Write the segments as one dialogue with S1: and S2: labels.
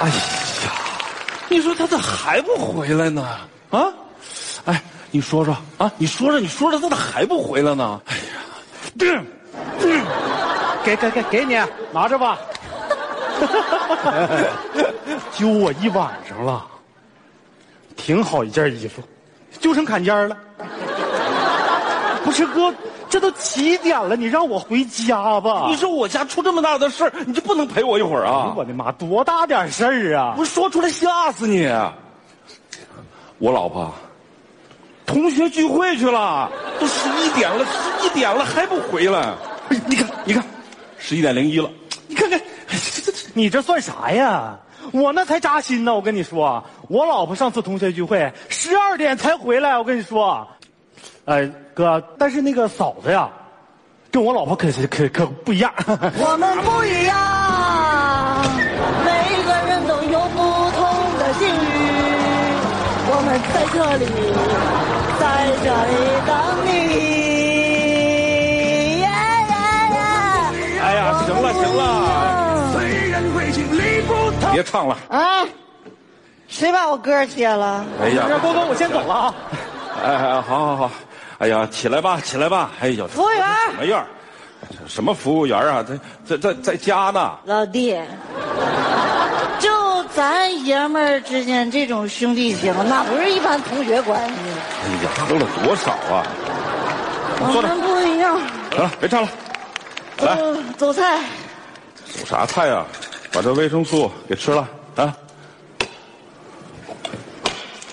S1: 哎呀，你说他咋还不回来呢？啊，哎，你说说啊，你说说，你说说，他咋还不回来呢？哎呀，
S2: 给给给给你，拿着吧。 揪我一晚上了，挺好一件衣服，就剩坎肩儿了。不是哥，这都几点了？你让我回家吧。哎
S1: 你说我家出这么大的事儿，你就不能陪我一会儿啊？
S2: 我的妈，多大点事儿啊！
S1: 我说出来吓死你！我老婆，同学聚会去了，啊都十一点了，十一点了还不回来。哎，你看，你看，十一点零一了，你看看，哎这这这
S2: 你这算啥呀？我那才扎心呢！我跟你说，我老婆上次同学聚会十二点才回来。我跟你说，呃，哥，但是那个嫂子呀，跟我老婆可是可可不一样。
S3: 我们不一样，每个人都有不同的境遇。我们在这里，在这里等你。呀呀呀！
S1: 哎呀，行了行了，别唱了。
S3: 啊，谁把我歌接了？
S1: 哎呀，
S2: 那哥哥，我先走了啊。
S1: 哎哎，好好好，哎呀，起来吧，起来吧。哎呦，
S3: 服务员
S1: 什么院儿？什么服务员啊？在在在在家呢。
S3: 老弟，就咱爷们儿之间这种兄弟情，那不是一般同学关系。
S1: 哎呀，喝了多少啊？
S3: 我
S1: 坐这儿
S3: 们不一样。
S1: 行了，别唱了。来，
S3: 呃，走菜。
S1: 有啥菜啊？把这维生素给吃了啊。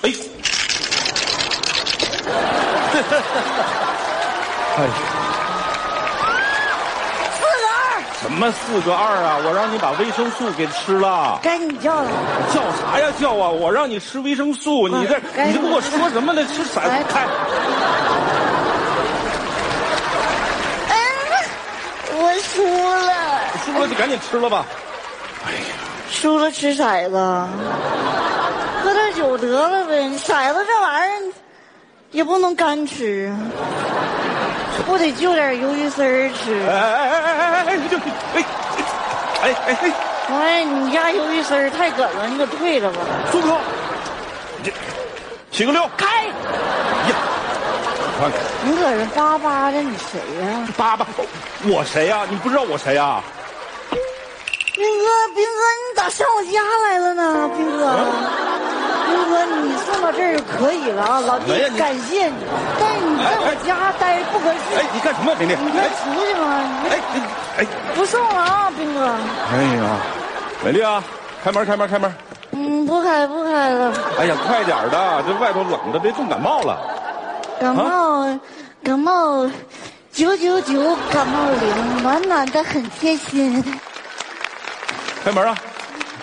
S1: 哎，哎呀，
S3: 四个二，
S1: 什么四个二啊？我让你把维生素给吃了。
S3: 该你叫了。
S1: 叫啥呀叫啊！我让你吃维生素，你这
S3: 该
S1: 你这跟我说什么呢？吃啥
S3: 来？
S1: 开
S3: 哎，我输了，
S1: 输了就赶紧吃了吧。
S3: 输了吃骰子，喝点酒得了呗。骰子这玩意儿也不能干吃啊，不得就点鱿鱼丝儿
S1: 哎
S3: 吃。
S1: 哎哎哎哎哎！你就哎哎哎哎，
S3: 哎，你家鱿鱼丝儿太梗了，你给退了吧。
S1: 住口！你起个溜！
S3: 开，
S1: 呀，看看
S3: 你搁这叭叭的，你谁呀、
S1: 爸爸，我谁呀、你不知道我谁啊呀、
S3: 斌哥，斌哥，你咋上我家来了呢？斌哥，
S1: 嗯
S3: 斌哥，你送到这儿就可以了啊，老弟
S1: 哎呀，你
S3: 感谢你。但是你在
S1: 哎哎
S3: 我家待不合
S1: 哎
S3: 适，，
S1: 你干什么呀，玲玲？
S3: 你快
S1: 哎
S3: 出去吧，
S1: 哎哎
S3: 你不送了啊，斌哥。
S1: 哎呀，美丽啊，开门开门开门！
S3: 嗯，不开不开了，
S1: 哎呀，快点儿的，这外头冷着，别冻感冒了。
S3: 感冒，感冒，九九九感冒灵，暖暖的很贴心。
S1: 开门啊！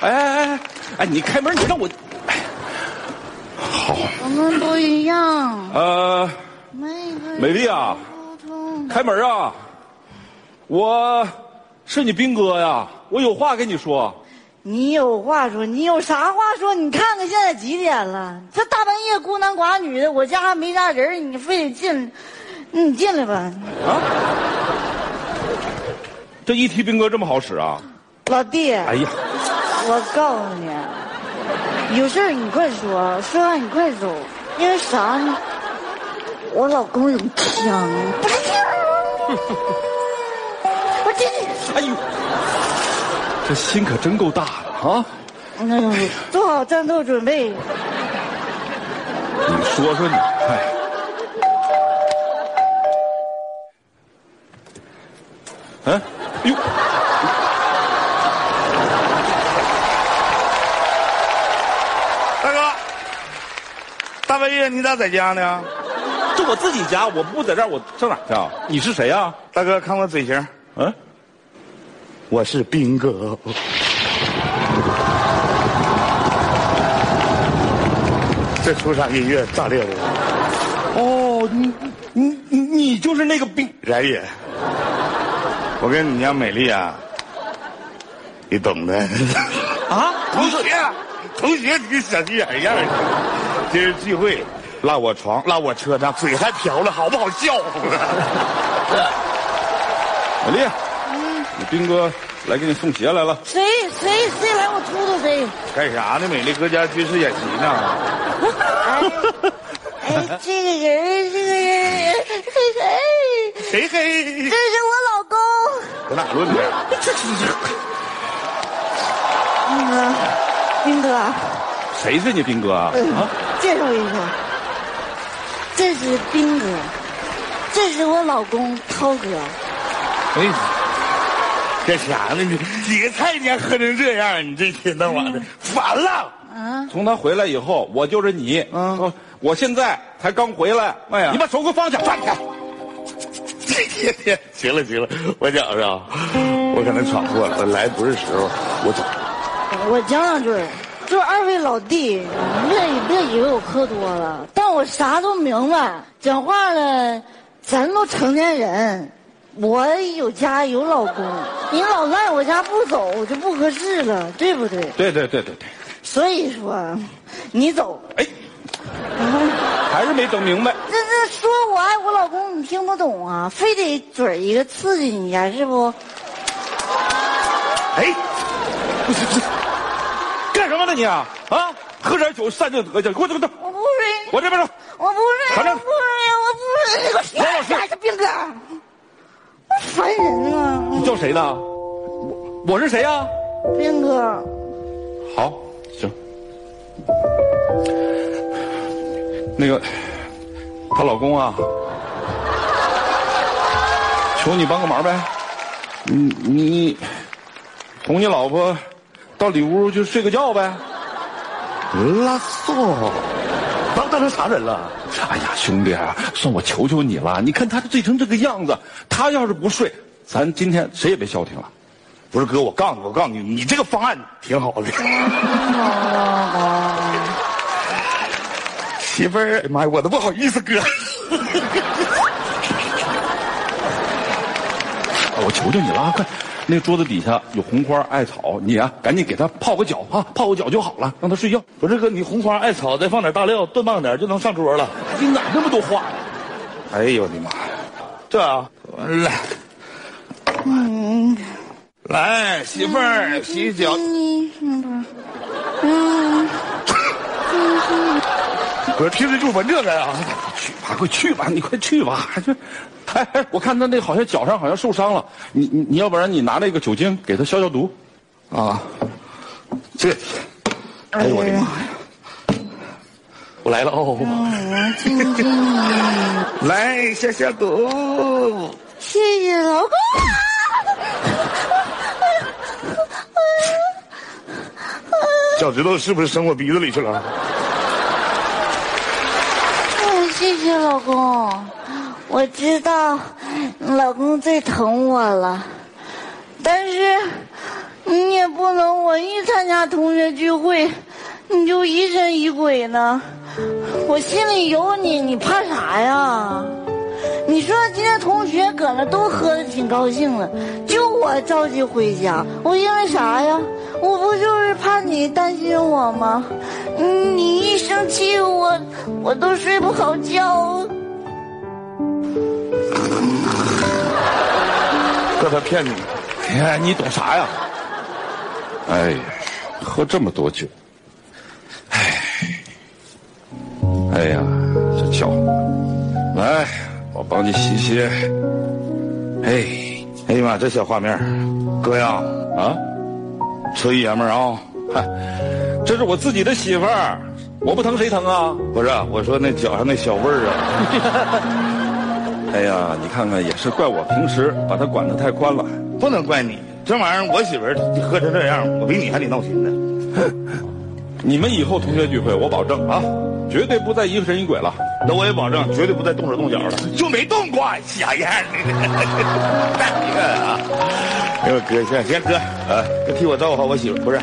S1: 哎哎哎哎，你开门，你让我。
S3: 我们不一样，
S1: 呃，
S3: 每个人
S1: 美丽啊，
S3: 不同。
S1: 开门啊！我是你兵哥呀，我有话跟你说。
S3: 你有话说，你有啥话说？你看看现在几点了？这大半夜孤男寡女的，我家还没家人，你非得进，你进来吧，
S1: 这一提兵哥这么好使啊？
S3: 老弟，
S1: 哎呀，
S3: 我告诉你，有事儿你快说，说完你快走，因为啥呢？我老公有枪，不是枪，我进去。
S1: 哎呦，这心可真够大的啊！
S3: 哎呦，做好战斗准备，
S1: 你说说你，哎，嗯，哎呦，
S4: 大哥，大半夜你咋在家呢？
S1: 这我自己家，我不在这儿，我上哪儿去啊？你是谁呀、
S4: 大哥，看我嘴型，
S1: 嗯、
S2: 我是斌哥，
S4: 这出场音乐炸裂我！
S1: 哦，你你你你就是那个兵。
S4: 然也，我跟你家美丽啊，你懂的。
S1: 啊，
S4: 同学，同学，你个小心眼儿样儿。今儿聚会，落我床，落我车上，嘴还瓢了，好不好笑话？
S1: 哎美丽，你兵哥来给你送鞋来了。
S3: 谁谁谁来我出租对，
S4: 干啥呢？美丽搁家军事演习呢？
S3: 哎，哎，这个人，这个人，哎，
S4: 谁黑
S3: 这？是我老公。
S4: 搁哪论的？
S3: 那个，斌哥，啊
S1: 谁是你兵哥
S4: 哎
S1: 啊？
S3: 嗯，介绍一下，这是斌哥，这是我老公涛哥。
S4: 哎，干啥呢？你几个菜年喝成这样，你这一天到晚的烦了。
S1: 从他回来以后，我就是你。嗯，我现在才刚回来。
S4: 哎呀
S1: 你把手给我放下，站起来。
S4: 这天天 行了行了，我觉着啊，我可能闯祸了，我来不是时候，我走。
S3: 我讲两句儿，就是二位老弟，你别别以为我喝多了，但我啥都明白。讲话呢，咱都成年人，我有家有老公，你老赖我家不走就不合适了，对不对？
S1: 对对对对对，
S3: 所以说，你走，
S1: 哎，还是没整明白。
S3: 这这说我爱我老公，你听不懂啊，非得嘴一个刺激你呀、是不？
S4: 哎，
S1: 干什么呢你啊？啊，喝点酒散就得劲，给我这个
S3: 我不是，
S1: 我这边说，
S3: 我不是，
S1: 反正
S3: 我不是，我不是，
S1: 王老师
S3: 哎呀兵哥，我烦人啊！
S1: 你叫谁呢？我我是谁啊呀、
S3: 兵哥，
S1: 好，行。那个，她老公啊，求你帮个忙呗。你你哄你老婆到里屋去睡个觉呗。
S4: 拉骚，把我当成啥人了？
S1: 哎呀，兄弟啊，算我求求你了。你看她醉成这个样子，她要是不睡，咱今天谁也别消停了。
S4: 不是哥，我告诉你，我告诉你，你这个方案挺好的。 媳妇儿，哎妈呀，我都不好意思，哥。
S1: 啊我求求你了啊，快！那桌子底下有红花艾草，你啊，赶紧给她泡个脚啊，泡个脚就好了，让她睡觉。
S4: 不是哥，你红花艾草再放点大料，炖半点就能上桌了。
S1: 你哪那么多话呀？
S4: 哎呦我的妈呀！这啊，来，来，媳妇儿，洗脚。不是，听着就闻这个呀、
S1: 哎去吧，快去吧，你快去吧！ 还是，哎哎，我看他那好像脚上好像受伤了，你你你要不然你拿那个酒精给他消消毒。
S4: 啊！这，哎呦我的妈呀！我来了哦， 来消消毒。
S3: 谢谢老公。
S4: 脚趾头是不是伸我鼻子里去了？
S3: 哎，谢谢老公，我知道老公最疼我了，但是你也不能我一参加同学聚会，你就疑神疑鬼呢。我心里有你，你怕啥呀？你说今天同学搁那都喝的挺高兴的，就我着急回家，我因为啥呀？我不就是怕你担心我吗？嗯你一生气我，我都睡不好觉。
S4: 让他骗你。
S1: 哎，你懂啥呀？哎呀，喝这么多酒，哎，哎呀，这脚，来，我帮你洗洗。
S4: 哎，哎呀妈，这小画面儿，哥呀，
S1: 啊，
S4: 纯爷们儿啊！
S1: 嗨，这是我自己的媳妇儿，我不疼谁疼啊？
S4: 不是，我说那脚上那小味儿啊，
S1: 哎呀，你看看，也是怪我平时把她管得太宽了。
S4: 不能怪你，这玩意儿我媳妇儿喝成这样，我比你还得闹心呢。
S1: 你们以后同学聚会，我保证啊，绝对不再疑神疑鬼了。
S4: 那我也保证，绝对不再动手动脚了，就没动过，假样的。 大哥啊，哎呦哥，行行哥，啊，哥替我照顾好我媳妇儿，不是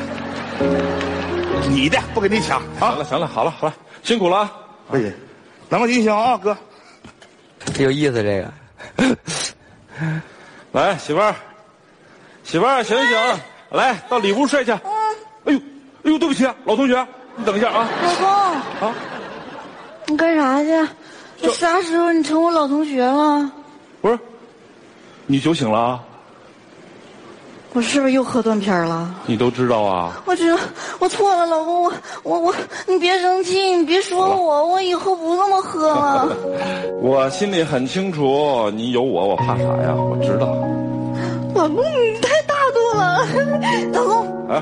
S4: 你的，不跟你抢
S1: 好
S4: 啊。
S1: 了，行了，好了，好了，辛苦了啊！
S4: 不是，南方金香啊，哥，
S5: 挺有意思这个。
S1: 来，媳妇儿，媳妇儿，醒一醒，来到里屋睡去。哎呦，哎呦，对不起，老同学，你等一下啊。
S3: 老公，
S1: 啊
S3: 你干啥去？你啥时候你成我老同学了？
S1: 不是，你酒醒了啊？
S3: 我是不是又喝断片儿了？
S1: 你都知道啊？
S3: 我知道我错了，老公，我我我，你别生气，你别说我，我以后不那么喝了。
S1: 我心里很清楚，你有我，我怕啥呀？我知道。
S3: 老公，你太大度了， 老公，
S1: 啊，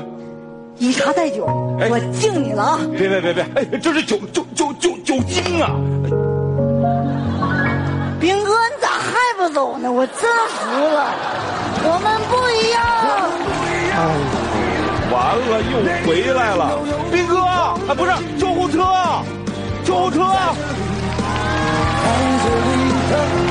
S3: 以茶代酒，
S1: 哎
S3: 我敬你了啊！
S1: 别别别别，哎，这是酒酒酒酒酒精啊！
S3: 兵哥，你咋还不走呢？我真服了，我们不一样。
S1: 完了，又回来了，斌哥，啊，不是救护车，救护车。
S6: Angelina,